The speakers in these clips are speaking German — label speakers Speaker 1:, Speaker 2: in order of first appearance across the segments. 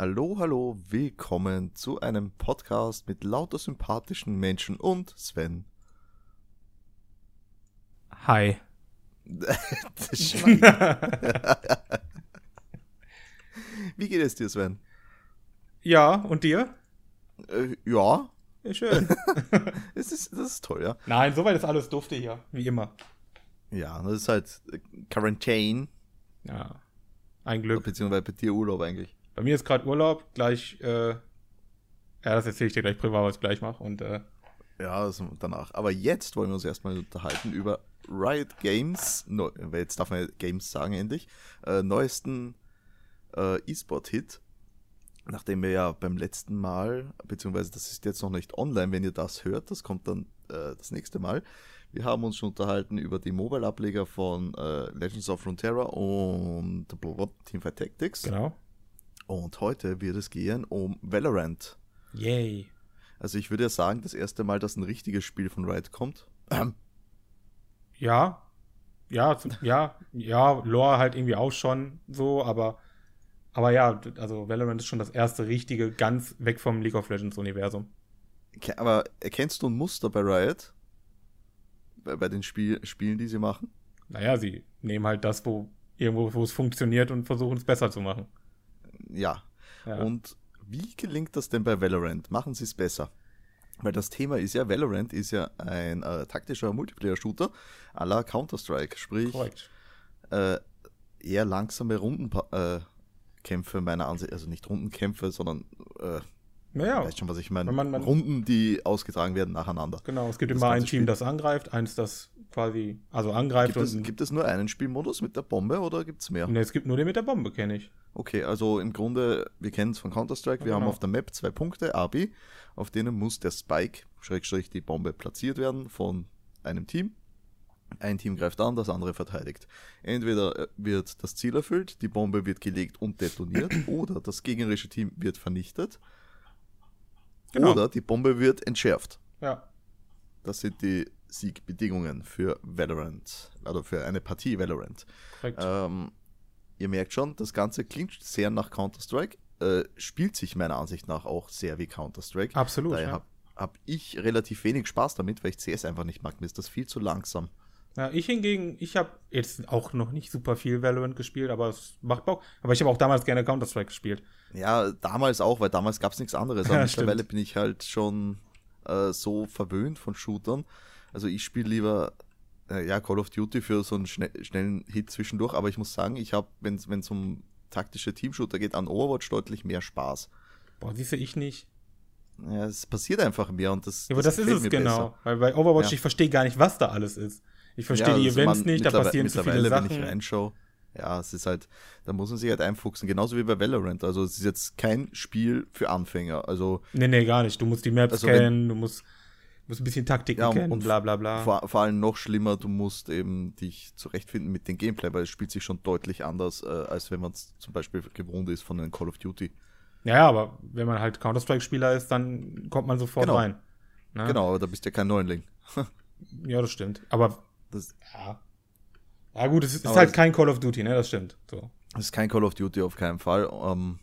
Speaker 1: Hallo, hallo, willkommen zu einem Podcast mit lauter sympathischen Menschen und Sven.
Speaker 2: Hi.
Speaker 1: Wie geht es dir, Sven?
Speaker 2: ja, und dir?
Speaker 1: Äh, ja,
Speaker 2: Ja, Schön.
Speaker 1: es ist, das ist toll, ja.
Speaker 2: Nein, soweit ist alles dufte hier, wie immer.
Speaker 1: Ja, das ist halt äh, Quarantäne,
Speaker 2: Ja. Ein Glück.
Speaker 1: beziehungsweise bei dir Urlaub eigentlich.
Speaker 2: Bei mir ist gerade Urlaub, gleich, äh, ja, das erzähle ich dir gleich privat, was ich gleich mache. Und, äh,
Speaker 1: Ja, das danach. Aber jetzt wollen wir uns erstmal unterhalten über Riot Games, neu, jetzt darf man ja Games sagen endlich, äh, neuesten äh, E-Sport-Hit. Nachdem wir ja beim letzten Mal, beziehungsweise das ist jetzt noch nicht online, wenn ihr das hört, das kommt dann äh, das nächste Mal. Wir haben uns schon unterhalten über die Mobile-Ableger von äh, Legends of Runeterra und blablabla, Teamfight Tactics.
Speaker 2: genau.
Speaker 1: Und heute wird es gehen um Valorant.
Speaker 2: Yay.
Speaker 1: Also ich würde ja sagen, das erste Mal, dass ein richtiges Spiel von Riot kommt. Ähm,
Speaker 2: Ja. Ja, zum- ja, ja, Lore halt irgendwie auch schon so, aber, aber ja, d- also Valorant ist schon das erste richtige, ganz weg vom League of Legends Universum.
Speaker 1: Ke- Aber erkennst du ein Muster bei Riot? Bei, bei den Spiel Spielen, die sie machen?
Speaker 2: Naja, sie nehmen halt das, wo irgendwo, wo es funktioniert und versuchen es besser zu machen.
Speaker 1: Ja.
Speaker 2: Ja.
Speaker 1: Und wie gelingt das denn bei Valorant? Machen sie es besser? Weil das Thema ist ja, Valorant ist ja ein äh, taktischer Multiplayer-Shooter à la Counter-Strike. Sprich,
Speaker 2: korrekt.
Speaker 1: äh, eher langsame Rundenkämpfe, äh, Kämpfe meiner Ansicht. Also nicht Rundenkämpfe, sondern, äh,
Speaker 2: Naja,
Speaker 1: weißt schon, was ich meine.
Speaker 2: Wenn man- man-
Speaker 1: Runden, die ausgetragen werden nacheinander.
Speaker 2: Genau, es gibt
Speaker 1: Das
Speaker 2: immer ein
Speaker 1: ganze
Speaker 2: Team,
Speaker 1: Spiel.
Speaker 2: das angreift, eins, das quasi, also angreift
Speaker 1: Gibt es,
Speaker 2: und.
Speaker 1: gibt es nur einen Spielmodus mit der Bombe oder gibt es mehr?
Speaker 2: ne, es gibt nur den mit der Bombe, kenne ich.
Speaker 1: Okay, also im Grunde, wir kennen es von Counter-Strike, wir
Speaker 2: Ja,
Speaker 1: haben
Speaker 2: genau.
Speaker 1: auf der Map zwei Punkte, AB, auf denen muss der Spike, Schrägstrich die Bombe, platziert werden von einem Team. Ein Team greift an, das andere verteidigt. Entweder äh, wird das Ziel erfüllt, die Bombe wird gelegt und detoniert, oder das gegnerische Team wird vernichtet,
Speaker 2: Genau.
Speaker 1: oder die Bombe wird entschärft.
Speaker 2: Ja.
Speaker 1: Das sind die Siegbedingungen für Valorant, oder für eine Partie Valorant.
Speaker 2: Korrekt.
Speaker 1: Ähm, ihr merkt schon, das Ganze klingt sehr nach Counter-Strike, äh, spielt sich meiner Ansicht nach auch sehr wie Counter-Strike.
Speaker 2: Absolut.
Speaker 1: Daher
Speaker 2: Ja.
Speaker 1: habe hab ich relativ wenig Spaß damit, weil ich CS einfach nicht mag. Mir ist das viel zu langsam.
Speaker 2: ja. Ich hingegen, ich habe jetzt auch noch nicht super viel Valorant gespielt, aber es macht Bock. Aber ich habe auch damals gerne Counter-Strike gespielt.
Speaker 1: Ja, damals auch, weil damals gab es nichts anderes.
Speaker 2: Ja,
Speaker 1: Aber mittlerweile
Speaker 2: stimmt.
Speaker 1: bin ich halt schon äh, so verwöhnt von Shootern. Also ich spiele lieber äh, ja, Call of Duty für so einen schne schnellen Hit zwischendurch. Aber ich muss sagen, ich habe, wenn es um taktische Teamshooter geht, an Overwatch deutlich mehr Spaß.
Speaker 2: Boah, siehst du, ich nicht.
Speaker 1: Ja, es passiert einfach mehr und das.
Speaker 2: Ja, aber das, ist
Speaker 1: gefällt
Speaker 2: es
Speaker 1: mir
Speaker 2: genau.
Speaker 1: besser.
Speaker 2: Weil bei Overwatch,
Speaker 1: Ja.
Speaker 2: ich verstehe gar nicht, was da alles ist. Ich verstehe
Speaker 1: Ja,
Speaker 2: die
Speaker 1: also
Speaker 2: Events
Speaker 1: man-
Speaker 2: nicht, da
Speaker 1: mittlerwe-
Speaker 2: passieren zu viele
Speaker 1: mittlerweile,
Speaker 2: Sachen.
Speaker 1: Wenn ich reinschaue, ja, es ist halt, da muss man sich halt einfuchsen, genauso wie bei Valorant. Also es ist jetzt kein Spiel für Anfänger. Also
Speaker 2: nee, nee, gar nicht. Du musst die Maps
Speaker 1: Also wenn-
Speaker 2: kennen, du musst, musst ein bisschen Taktiken
Speaker 1: Ja, um- und-
Speaker 2: kennen,
Speaker 1: und
Speaker 2: bla bla bla.
Speaker 1: vor, vor allem noch schlimmer, du musst eben dich zurechtfinden mit dem Gameplay, weil es spielt sich schon deutlich anders, äh, als wenn man es zum Beispiel gewohnt ist von einem Call of Duty.
Speaker 2: Ja, ja, aber wenn man halt Counter-Strike-Spieler ist, dann kommt man sofort
Speaker 1: Genau.
Speaker 2: rein. Ne?
Speaker 1: Genau, aber da bist du ja kein Neuling.
Speaker 2: Ja, das stimmt. Aber
Speaker 1: Das,
Speaker 2: ja. Ja, gut, es ist, ist
Speaker 1: Aber
Speaker 2: halt
Speaker 1: das-
Speaker 2: kein Call of Duty, ne? Das stimmt. So.
Speaker 1: Das ist kein Call of Duty auf keinen Fall. Ähm,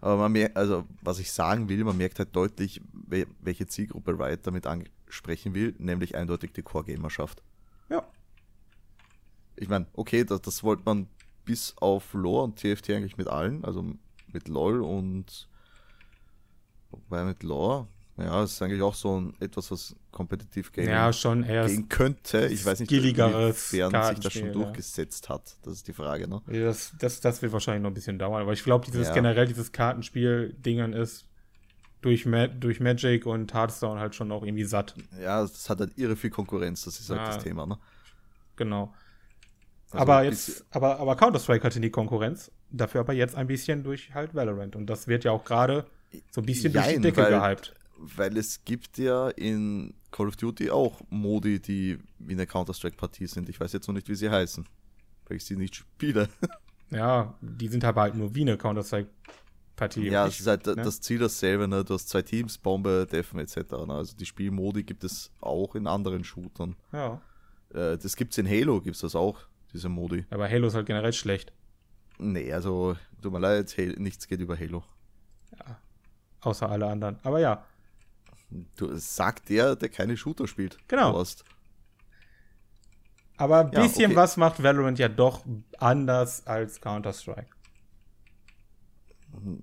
Speaker 1: aber man merkt, also was ich sagen will, man merkt halt deutlich, wel- welche Zielgruppe Riot damit ansprechen will, nämlich eindeutig die Core-Gamerschaft.
Speaker 2: Ja.
Speaker 1: Ich meine, okay, das, das wollte man bis auf Lore und TFT eigentlich mit allen, also mit LOL und wobei mit Lore, ja, es ist eigentlich auch so ein etwas, was kompetitiv Gaming
Speaker 2: Ja, schon eher s-
Speaker 1: gehen könnte. Ich weiß nicht, inwiefern
Speaker 2: skilligeres
Speaker 1: sich das
Speaker 2: Kartenspiel,
Speaker 1: schon
Speaker 2: ja.
Speaker 1: durchgesetzt hat. Das ist die Frage, ne?
Speaker 2: das, das, das wird wahrscheinlich noch ein bisschen dauern, aber ich glaube, dieses
Speaker 1: Ja.
Speaker 2: generell dieses Kartenspiel-Dingern ist durch, Ma durch Magic und Hearthstone halt schon auch irgendwie satt.
Speaker 1: Ja, das hat halt irre viel Konkurrenz, das ist halt
Speaker 2: Ja.
Speaker 1: das Thema, ne?
Speaker 2: Genau.
Speaker 1: Also
Speaker 2: aber
Speaker 1: bis-
Speaker 2: jetzt, aber, aber Counter-Strike hatte die Konkurrenz, dafür aber jetzt ein bisschen durch halt Valorant. Und das wird ja auch gerade so ein bisschen durch die
Speaker 1: Jein,
Speaker 2: Decke
Speaker 1: weil-
Speaker 2: gehypt.
Speaker 1: Weil es gibt ja in Call of Duty auch Modi, die wie eine Counter-Strike-Partie sind. Ich weiß jetzt noch nicht, wie sie heißen. Weil ich sie nicht spiele.
Speaker 2: Ja, die sind aber halt nur wie eine Counter-Strike-Partie.
Speaker 1: ja,
Speaker 2: Ich-
Speaker 1: es ist halt
Speaker 2: ne?
Speaker 1: das Ziel dasselbe, ne? Du hast zwei Teams, Bombe, Defen etc. Ne? Also die Spielmodi gibt es auch in anderen Shootern.
Speaker 2: ja.
Speaker 1: Äh, das gibt's in Halo, gibt's das auch, diese Modi.
Speaker 2: Aber Halo ist halt generell schlecht.
Speaker 1: Nee, also tut mir leid, Halo, nichts geht über Halo.
Speaker 2: Außer alle anderen. Aber ja.
Speaker 1: Du, sagt der, der keine Shooter spielt.
Speaker 2: Genau.
Speaker 1: Horst.
Speaker 2: Aber ein
Speaker 1: Ja,
Speaker 2: bisschen
Speaker 1: okay.
Speaker 2: was macht Valorant ja doch anders als Counter-Strike.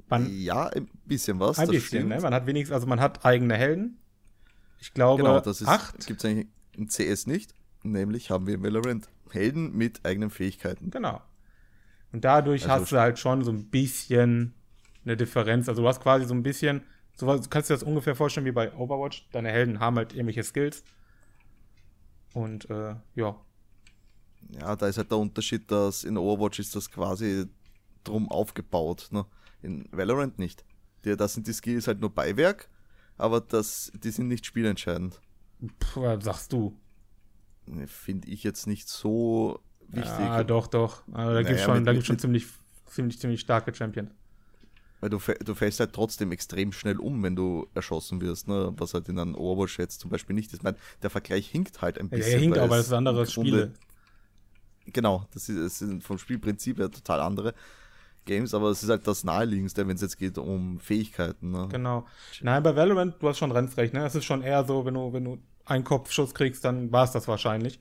Speaker 2: Man-
Speaker 1: ja, ein bisschen was.
Speaker 2: Ein
Speaker 1: das
Speaker 2: bisschen,
Speaker 1: stimmt.
Speaker 2: ne? Man hat wenigstens, also man hat eigene Helden. Ich glaube,
Speaker 1: Genau, das ist,
Speaker 2: acht.
Speaker 1: gibt's eigentlich in CS nicht. Nämlich haben wir in Valorant Helden mit eigenen Fähigkeiten.
Speaker 2: Genau. Und dadurch
Speaker 1: Also
Speaker 2: hast du halt schon so ein bisschen eine Differenz. Also du hast quasi so ein bisschen, so was, kannst du dir das ungefähr vorstellen wie bei Overwatch. Deine Helden haben halt irgendwelche Skills. Und äh, ja,
Speaker 1: Ja, da ist halt der Unterschied, dass in Overwatch ist das quasi drum aufgebaut. Ne? In Valorant nicht. Die, das sind die Skills halt nur Beiwerk, aber das, die sind nicht spielentscheidend.
Speaker 2: pf, was sagst du.
Speaker 1: Finde ich jetzt nicht so wichtig.
Speaker 2: Ja, doch, doch. Also, da
Speaker 1: Naja,
Speaker 2: gibt es schon,
Speaker 1: mit-
Speaker 2: da
Speaker 1: mit-
Speaker 2: gibt's schon
Speaker 1: mit-
Speaker 2: ziemlich, ziemlich, ziemlich starke Champions.
Speaker 1: Weil du, fä- du fällst halt trotzdem extrem schnell um, wenn du erschossen wirst, ne? was halt in einem Overwatch jetzt zum Beispiel nicht ist. Ich meine, der Vergleich hinkt halt ein
Speaker 2: Ja,
Speaker 1: bisschen.
Speaker 2: er hinkt,
Speaker 1: weil
Speaker 2: aber
Speaker 1: es
Speaker 2: das ist ein anderes
Speaker 1: im Grunde-
Speaker 2: Spiel.
Speaker 1: Genau, das, ist, es sind vom Spielprinzip her total andere Games, aber es ist halt das Naheliegendste, wenn es jetzt geht um Fähigkeiten. Ne?
Speaker 2: Genau. Nein, bei Valorant, du hast schon ganz recht, ne? Es ist schon eher so, wenn du, wenn du einen Kopfschuss kriegst, dann war es das wahrscheinlich.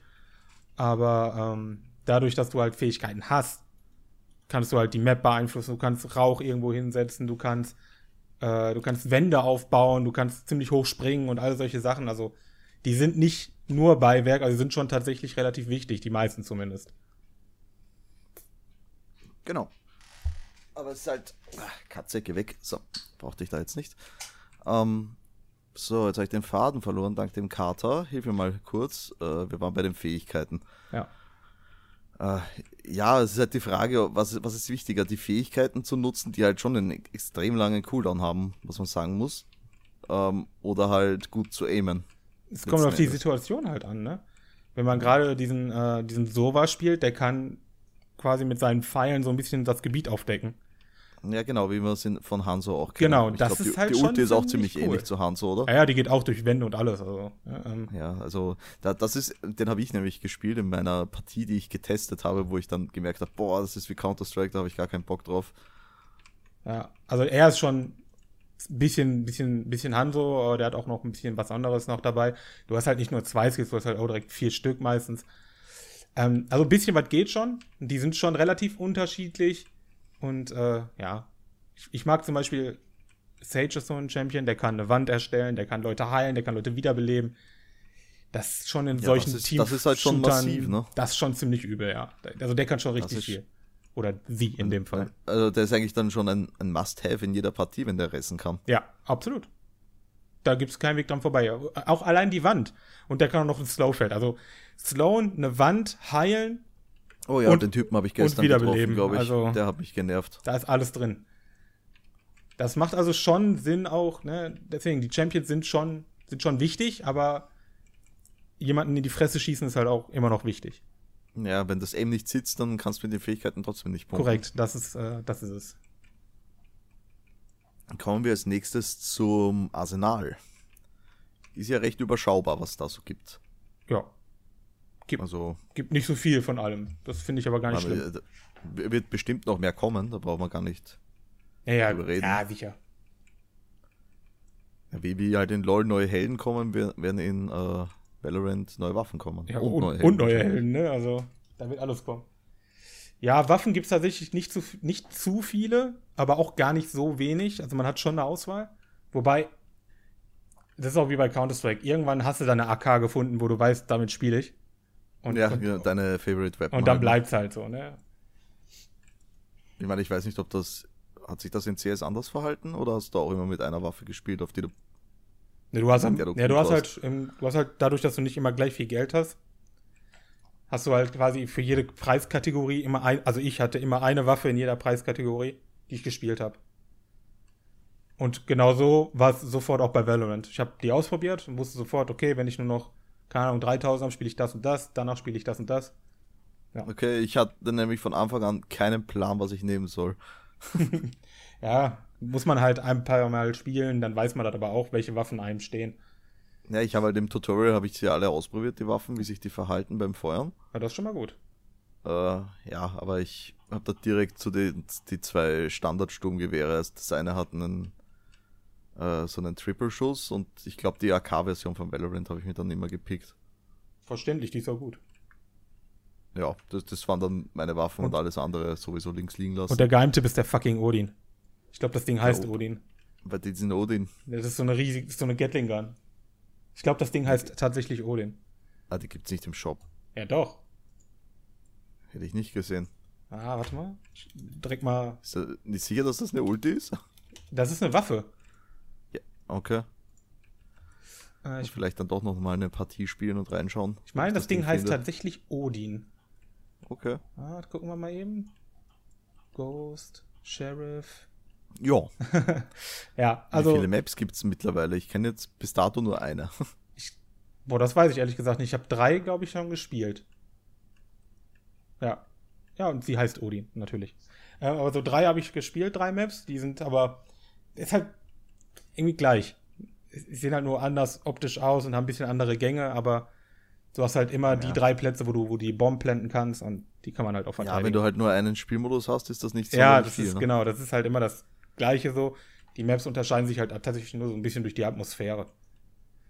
Speaker 2: Aber ähm, dadurch, dass du halt Fähigkeiten hast, kannst du halt die Map beeinflussen, du kannst Rauch irgendwo hinsetzen, du kannst, äh, du kannst Wände aufbauen, du kannst ziemlich hoch springen und all solche Sachen. Also die sind nicht nur Beiwerk, also die sind schon tatsächlich relativ wichtig, die meisten zumindest.
Speaker 1: Genau. Aber es ist halt. Ah, Katze, geh weg. So, brauchte ich da jetzt nicht. Ähm, so, jetzt habe ich den Faden verloren dank dem Kater. Hilf mir mal kurz. Äh, wir waren bei den Fähigkeiten.
Speaker 2: Ja.
Speaker 1: Äh, ja, es ist halt die Frage, was, was ist wichtiger, die Fähigkeiten zu nutzen, die halt schon einen extrem langen Cooldown haben, was man sagen muss. Ähm, oder halt gut zu aimen.
Speaker 2: Es kommt auf die
Speaker 1: Endes.
Speaker 2: Situation halt an, ne? Wenn man gerade diesen, äh, diesen Sova spielt, der kann quasi mit seinen Pfeilen so ein bisschen das Gebiet aufdecken.
Speaker 1: Ja, genau, wie wir es in- von Hanzo auch kennen.
Speaker 2: Genau,
Speaker 1: Ich
Speaker 2: das
Speaker 1: glaub, die,
Speaker 2: ist halt
Speaker 1: Die
Speaker 2: schon
Speaker 1: Ulti ist auch
Speaker 2: ziemlich
Speaker 1: ziemlich
Speaker 2: cool.
Speaker 1: ähnlich zu Hanzo, oder?
Speaker 2: Ja, Ah ja, die geht auch durch Wände und alles. Also, ja, ähm,
Speaker 1: Ja, also da, das ist, den habe ich nämlich gespielt in meiner Partie, die ich getestet habe, wo ich dann gemerkt habe, boah, das ist wie Counter-Strike, da habe ich gar keinen Bock drauf.
Speaker 2: ja. also er ist schon ein bisschen, bisschen, bisschen Hanso, aber der hat auch noch ein bisschen was anderes noch dabei. Du hast halt nicht nur zwei Skills, du hast halt auch direkt vier Stück meistens. Ähm, also ein bisschen was geht schon. Die sind schon relativ unterschiedlich. Und äh, ja, ich, ich mag zum Beispiel Sage ist so ein Champion, der kann eine Wand erstellen, der kann Leute heilen, der kann Leute wiederbeleben. Das ist schon in
Speaker 1: Ja,
Speaker 2: solchen
Speaker 1: das ist-
Speaker 2: Teams.
Speaker 1: das ist halt schon
Speaker 2: Shootern,
Speaker 1: massiv, ne?
Speaker 2: Das ist schon ziemlich übel, ja. Also der kann schon richtig
Speaker 1: ist-
Speaker 2: viel. Oder sie in dem Fall.
Speaker 1: Also der ist eigentlich dann schon ein, ein Must-Have in jeder Partie, wenn der ressen kann.
Speaker 2: Ja, absolut. Da gibt's keinen Weg dran vorbei. Auch allein die Wand. Und der kann auch noch ein Slowfeld. Also Sloan, eine Wand heilen,
Speaker 1: Oh ja,
Speaker 2: Und-
Speaker 1: den Typen habe ich gestern
Speaker 2: wiederbeleben,
Speaker 1: getroffen, glaube ich.
Speaker 2: also-
Speaker 1: der hat mich genervt.
Speaker 2: da ist alles drin. Das macht also schon Sinn auch, ne? Deswegen, die Champions sind schon, sind schon wichtig, aber jemanden in die Fresse schießen ist halt auch immer noch wichtig.
Speaker 1: Ja, wenn das Aim nicht sitzt, dann kannst du mit den Fähigkeiten trotzdem nicht punkten.
Speaker 2: Korrekt, das ist, äh, das ist es.
Speaker 1: Kommen wir als nächstes zum Arsenal. Ist ja recht überschaubar, was da so gibt.
Speaker 2: Ja.
Speaker 1: Also
Speaker 2: Gibt nicht so viel von allem. Das finde ich aber gar nicht
Speaker 1: aber,
Speaker 2: schlimm.
Speaker 1: äh, wird bestimmt noch mehr kommen, da brauchen wir gar nicht
Speaker 2: Naja,
Speaker 1: überreden.
Speaker 2: ja, sicher.
Speaker 1: Wie, wie halt in LoL neue Helden kommen, wer- werden in äh, Valorant neue Waffen kommen.
Speaker 2: Ja, und, und, neue, Helden ne? Also, da wird alles kommen. Ja, Waffen gibt es tatsächlich nicht zu, nicht zu viele, aber auch gar nicht so wenig. Also, man hat schon eine Auswahl. Wobei, das ist auch wie bei Counter-Strike. Irgendwann hast du deine AK gefunden, wo du weißt, damit spiele ich. Und,
Speaker 1: ja,
Speaker 2: und,
Speaker 1: ja, deine Favorite Weapon.
Speaker 2: und dann
Speaker 1: halt.
Speaker 2: bleibt es halt so, ne?
Speaker 1: Ich meine, ich weiß nicht, ob das. Hat sich das in CS anders verhalten oder hast du auch immer mit einer Waffe gespielt, auf die du.
Speaker 2: Ne, du hast,
Speaker 1: Ja,
Speaker 2: ja,
Speaker 1: du
Speaker 2: du,
Speaker 1: gut
Speaker 2: hast
Speaker 1: warst.
Speaker 2: halt, ähm, du hast halt dadurch, dass du nicht immer gleich viel Geld hast, hast du halt quasi für jede Preiskategorie immer ein, also ich hatte immer eine Waffe in jeder Preiskategorie, die ich gespielt habe. Und genau so war es sofort auch bei Valorant. Ich habe die ausprobiert und wusste sofort, okay, wenn ich nur noch, keine Ahnung, 3000 habe, spiele ich das und das, danach spiele ich das und das.
Speaker 1: Okay, ich hatte nämlich von Anfang an keinen Plan, was ich nehmen soll.
Speaker 2: Ja, muss man halt ein paar Mal spielen, dann weiß man das aber auch, welche Waffen einem stehen.
Speaker 1: Ja, ich habe halt im Tutorial, habe ich sie alle ausprobiert, die Waffen, wie sich die verhalten beim Feuern.
Speaker 2: Ja, das ist schon mal gut.
Speaker 1: Äh, ja, aber ich Also habe da direkt zu den die zwei Standardsturmgewehre. Das eine hat einen äh, so einen Triple Schuss und ich glaube, die AK-Version von Valorant habe ich mir dann immer gepickt.
Speaker 2: Verständlich, die ist auch gut.
Speaker 1: Ja, das, das waren dann meine Waffen und, alles andere sowieso links liegen lassen.
Speaker 2: Und der Geheimtipp ist der fucking Odin. Ich glaube, das Ding heißt
Speaker 1: Od-
Speaker 2: Odin.
Speaker 1: Weil die sind Odin.
Speaker 2: Das ist so eine riesige, so eine Gatling Gun. Ich glaube, das Ding heißt tatsächlich Odin.
Speaker 1: Ah, die gibt's nicht im Shop.
Speaker 2: Ja, doch.
Speaker 1: Hätte ich nicht gesehen.
Speaker 2: Ah, warte mal. Direkt mal.
Speaker 1: Ist das nicht sicher, dass das eine Ulti ist?
Speaker 2: Das ist eine Waffe.
Speaker 1: Okay.
Speaker 2: Äh,
Speaker 1: Ich
Speaker 2: ich
Speaker 1: vielleicht dann doch nochmal eine Partie spielen und reinschauen.
Speaker 2: ich meine,
Speaker 1: ob
Speaker 2: das,
Speaker 1: ich
Speaker 2: Ding heißt halt-
Speaker 1: finde.
Speaker 2: tatsächlich Odin.
Speaker 1: Okay.
Speaker 2: Ah, gucken wir mal eben. Ghost, Sheriff.
Speaker 1: Ja.
Speaker 2: Ja,
Speaker 1: Wie
Speaker 2: also.
Speaker 1: viele Maps gibt's mittlerweile? Ich kenne jetzt bis dato nur eine.
Speaker 2: Boah, das weiß ich ehrlich gesagt nicht. Ich habe drei, glaube ich, schon gespielt. Ja. Ja, und sie heißt Odin, natürlich. Äh, aber so drei habe ich gespielt, drei Maps. Die sind aber. Ist halt irgendwie gleich. Sie sehen halt nur anders optisch aus und haben ein bisschen andere Gänge, aber du hast halt immer die
Speaker 1: Ja.
Speaker 2: drei Plätze, wo du, wo du die Bomben planten kannst und die kann man halt auch
Speaker 1: Ja,
Speaker 2: verteidigen.
Speaker 1: wenn du halt nur einen Spielmodus hast, ist das nicht so
Speaker 2: Ja, das ist
Speaker 1: ne?
Speaker 2: genau, das ist halt immer das Gleiche so. Die Maps unterscheiden sich halt tatsächlich nur so ein bisschen durch die Atmosphäre.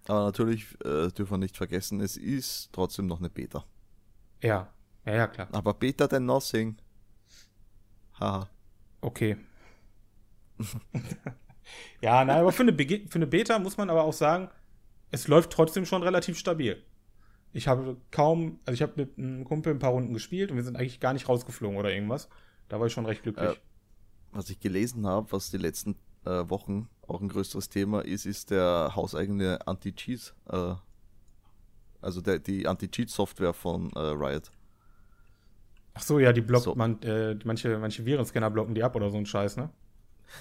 Speaker 1: Aber natürlich äh, dürfen wir nicht vergessen, es ist trotzdem noch eine Beta.
Speaker 2: Ja, ja, ja, klar.
Speaker 1: Aber Beta than nothing. Haha.
Speaker 2: Okay. ja, nein, aber für eine, Bege- für eine Beta muss man aber auch sagen, es läuft trotzdem schon relativ stabil. Ich habe kaum, also ich habe mit einem Kumpel ein paar Runden gespielt und wir sind eigentlich gar nicht rausgeflogen oder irgendwas. Da war ich schon recht glücklich.
Speaker 1: Äh, Was ich gelesen habe, was die letzten äh, Wochen auch ein größeres Thema ist, ist der hauseigene Anti-Cheat. Äh, also der, die Anti-Cheat-Software von äh, Riot.
Speaker 2: Ach so, ja, die blockt
Speaker 1: so.
Speaker 2: man, äh, manche, manche Virenscanner blocken die ab oder so ein Scheiß, ne?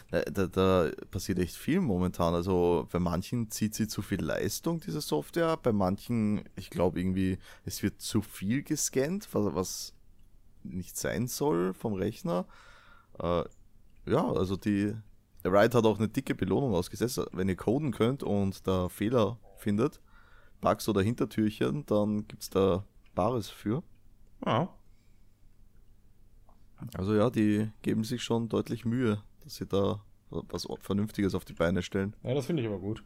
Speaker 1: Da, da, da passiert echt viel momentan. Also bei manchen zieht sie zu viel Leistung, diese Software ab. Bei manchen, ich glaube irgendwie, es wird zu viel gescannt, was, was nicht sein soll vom Rechner. Äh, ja, also die Riot hat auch eine dicke Belohnung ausgesetzt. Wenn ihr coden könnt und da Fehler findet, Bugs oder Hintertürchen, dann gibt's da Bares für.
Speaker 2: Ja.
Speaker 1: Also ja, die geben sich schon deutlich Mühe, dass sie da was Vernünftiges auf die Beine stellen.
Speaker 2: Ja, das finde ich aber gut.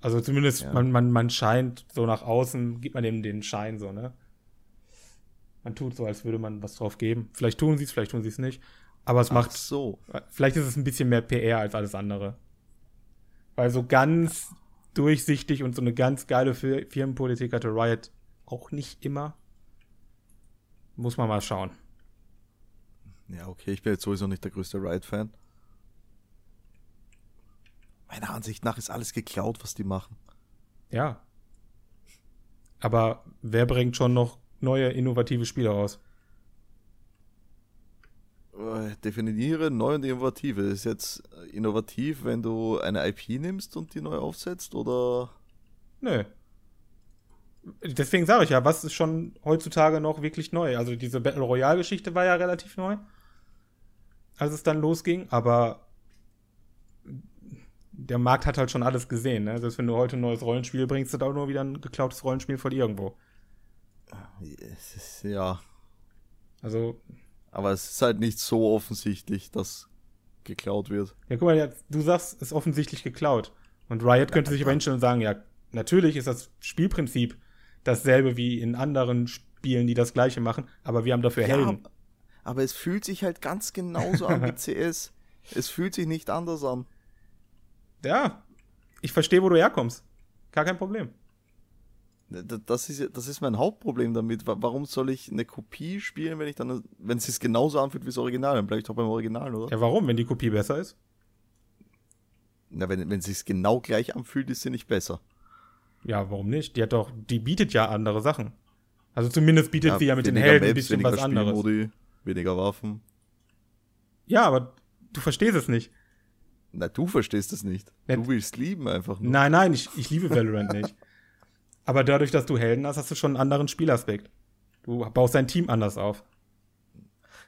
Speaker 2: Also zumindest,
Speaker 1: Ja.
Speaker 2: man, man, man scheint so nach außen, gibt man dem den Schein so, ne? Man tut so, als würde man was drauf geben. Vielleicht tun sie es, vielleicht tun sie es nicht. Aber es
Speaker 1: Ach
Speaker 2: macht,
Speaker 1: so.
Speaker 2: vielleicht ist es ein bisschen mehr PR als alles andere. Weil so ganz durchsichtig und so eine ganz geile Fir- Firmenpolitik hatte Riot auch nicht immer. Muss man mal schauen.
Speaker 1: Ja, okay, ich bin jetzt sowieso nicht der größte Riot-Fan. Meiner Ansicht nach ist alles geklaut, was die machen.
Speaker 2: Ja. Aber wer bringt schon noch neue, innovative Spiele raus?
Speaker 1: Äh, Definiere neu und innovative. Ist jetzt äh, innovativ, wenn du eine IP nimmst und die neu aufsetzt oder
Speaker 2: Nö. Deswegen sage ich ja, was ist schon heutzutage noch wirklich neu? Also diese Battle Royale-Geschichte war ja relativ neu, als es dann losging, aber der Markt hat halt schon alles gesehen. Ne? Selbst wenn du heute ein neues Rollenspiel bringst, ist das auch nur wieder ein geklautes Rollenspiel von irgendwo.
Speaker 1: Es ist- ja,
Speaker 2: Also,
Speaker 1: aber es ist halt nicht so offensichtlich, dass geklaut wird.
Speaker 2: ja, guck mal, jetzt- du sagst, ist offensichtlich geklaut. Und Riot könnte sich aber hinstellen und sagen, ja, natürlich ist das Spielprinzip dasselbe wie in anderen Spielen, die das gleiche machen, aber wir haben dafür
Speaker 1: Ja,
Speaker 2: Helden.
Speaker 1: Aber es fühlt sich halt ganz genauso an wie CS. Es fühlt sich nicht anders an.
Speaker 2: Ja, ich verstehe, wo du herkommst. Gar kein Problem.
Speaker 1: D- Das ist, ja- das ist mein Hauptproblem damit. Wa- Warum soll ich eine Kopie spielen, wenn ich dann, wenn es sich genauso anfühlt wie das Original, dann bleibe ich doch beim Original, oder?
Speaker 2: Ja, warum, wenn die Kopie besser ist?
Speaker 1: Na, wenn, wenn es sich genau gleich anfühlt, ist sie nicht besser.
Speaker 2: Ja, warum nicht? Die hat doch, die bietet ja andere Sachen. Also zumindest bietet sie ja mit den
Speaker 1: weniger
Speaker 2: Helden ein
Speaker 1: Maps,
Speaker 2: bisschen
Speaker 1: weniger
Speaker 2: was anderes.
Speaker 1: Spielmodi, weniger Waffen.
Speaker 2: Ja, aber du verstehst es nicht.
Speaker 1: Na, du verstehst es nicht.
Speaker 2: Net-
Speaker 1: Du willst lieben einfach nur.
Speaker 2: Nein, nein, ich, ich liebe Valorant nicht. Aber dadurch, dass du Helden hast, hast du schon einen anderen Spielaspekt. Du baust dein Team anders auf.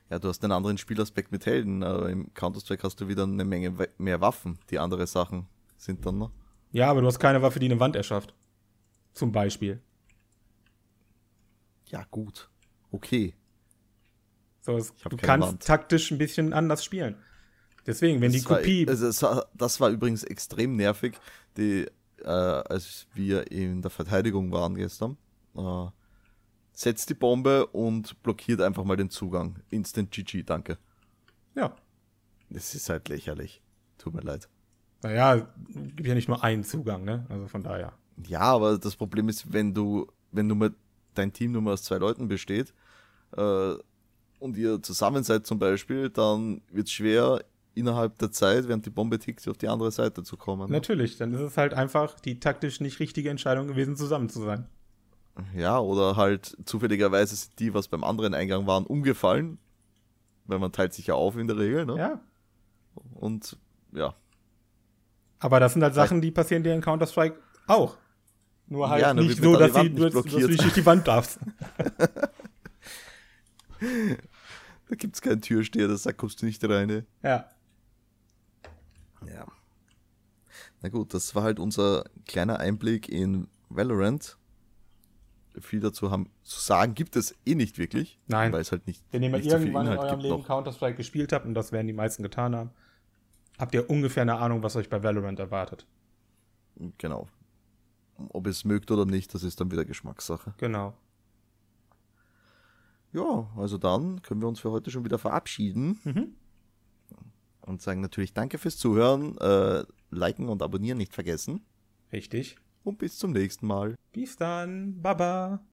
Speaker 1: Ja, du hast einen anderen Spielaspekt mit Helden, aber im Counter-Strike hast du wieder eine Menge we- mehr Waffen, die andere Sachen sind dann, ne?
Speaker 2: Ja, aber du hast keine Waffe, die eine Wand erschafft. Zum Beispiel.
Speaker 1: Ja, gut. Okay.
Speaker 2: So, es,
Speaker 1: hab
Speaker 2: du
Speaker 1: keine
Speaker 2: kannst
Speaker 1: Wand.
Speaker 2: taktisch ein bisschen anders spielen. Deswegen, wenn
Speaker 1: das
Speaker 2: die Kopie.
Speaker 1: War, also das, war, das war übrigens extrem nervig, die, äh, als wir in der Verteidigung waren gestern. Äh, setzt die Bombe und blockiert einfach mal den Zugang. Instant GG, danke.
Speaker 2: ja.
Speaker 1: Das ist halt lächerlich. Tut mir leid.
Speaker 2: Naja, gibt ja nicht nur einen Zugang, ne? Also von daher.
Speaker 1: Ja, aber das Problem ist, wenn du, wenn du mit dein Team nur mal aus zwei Leuten besteht äh, und ihr zusammen seid zum Beispiel, dann wird es schwer, innerhalb der Zeit, während die Bombe tickt, auf die andere Seite zu kommen.
Speaker 2: Natürlich, dann ist es halt einfach die taktisch nicht richtige Entscheidung gewesen, zusammen zu sein.
Speaker 1: Ja, oder halt zufälligerweise sind die, was beim anderen Eingang waren, umgefallen. Weil man teilt sich ja auf in der Regel, ne?
Speaker 2: Ja.
Speaker 1: Und ja.
Speaker 2: Aber das sind halt Sachen, die passieren dir in Counter-Strike auch. Nur halt
Speaker 1: Ja, nur
Speaker 2: nicht
Speaker 1: wird
Speaker 2: so,
Speaker 1: da die
Speaker 2: dass, sie,
Speaker 1: Wand nicht
Speaker 2: du, jetzt- dass du
Speaker 1: blockiert.
Speaker 2: nicht durch die Wand darfst.
Speaker 1: Da gibt's keinen Türsteher, der sagt, kommst du nicht rein. ey.
Speaker 2: Ja.
Speaker 1: Ja. Na gut, das war halt unser kleiner Einblick in Valorant. Viel dazu haben, zu sagen gibt es eh nicht wirklich.
Speaker 2: Nein.
Speaker 1: Weil es halt nicht,
Speaker 2: Wenn ihr mal
Speaker 1: nicht so viel
Speaker 2: irgendwann in
Speaker 1: Inhalt
Speaker 2: eurem
Speaker 1: gibt
Speaker 2: Leben
Speaker 1: noch.
Speaker 2: Counter-Strike gespielt habt, und das werden die meisten getan haben, habt ihr ungefähr eine Ahnung, was euch bei Valorant erwartet.
Speaker 1: Genau. Ob ihr es mögt oder nicht, das ist dann wieder Geschmackssache.
Speaker 2: Genau.
Speaker 1: Ja, also dann können wir uns für heute schon wieder verabschieden
Speaker 2: Mhm.
Speaker 1: und sagen natürlich danke fürs Zuhören, äh, liken und abonnieren nicht vergessen
Speaker 2: Richtig.
Speaker 1: und bis zum nächsten Mal.
Speaker 2: Bis dann. Baba.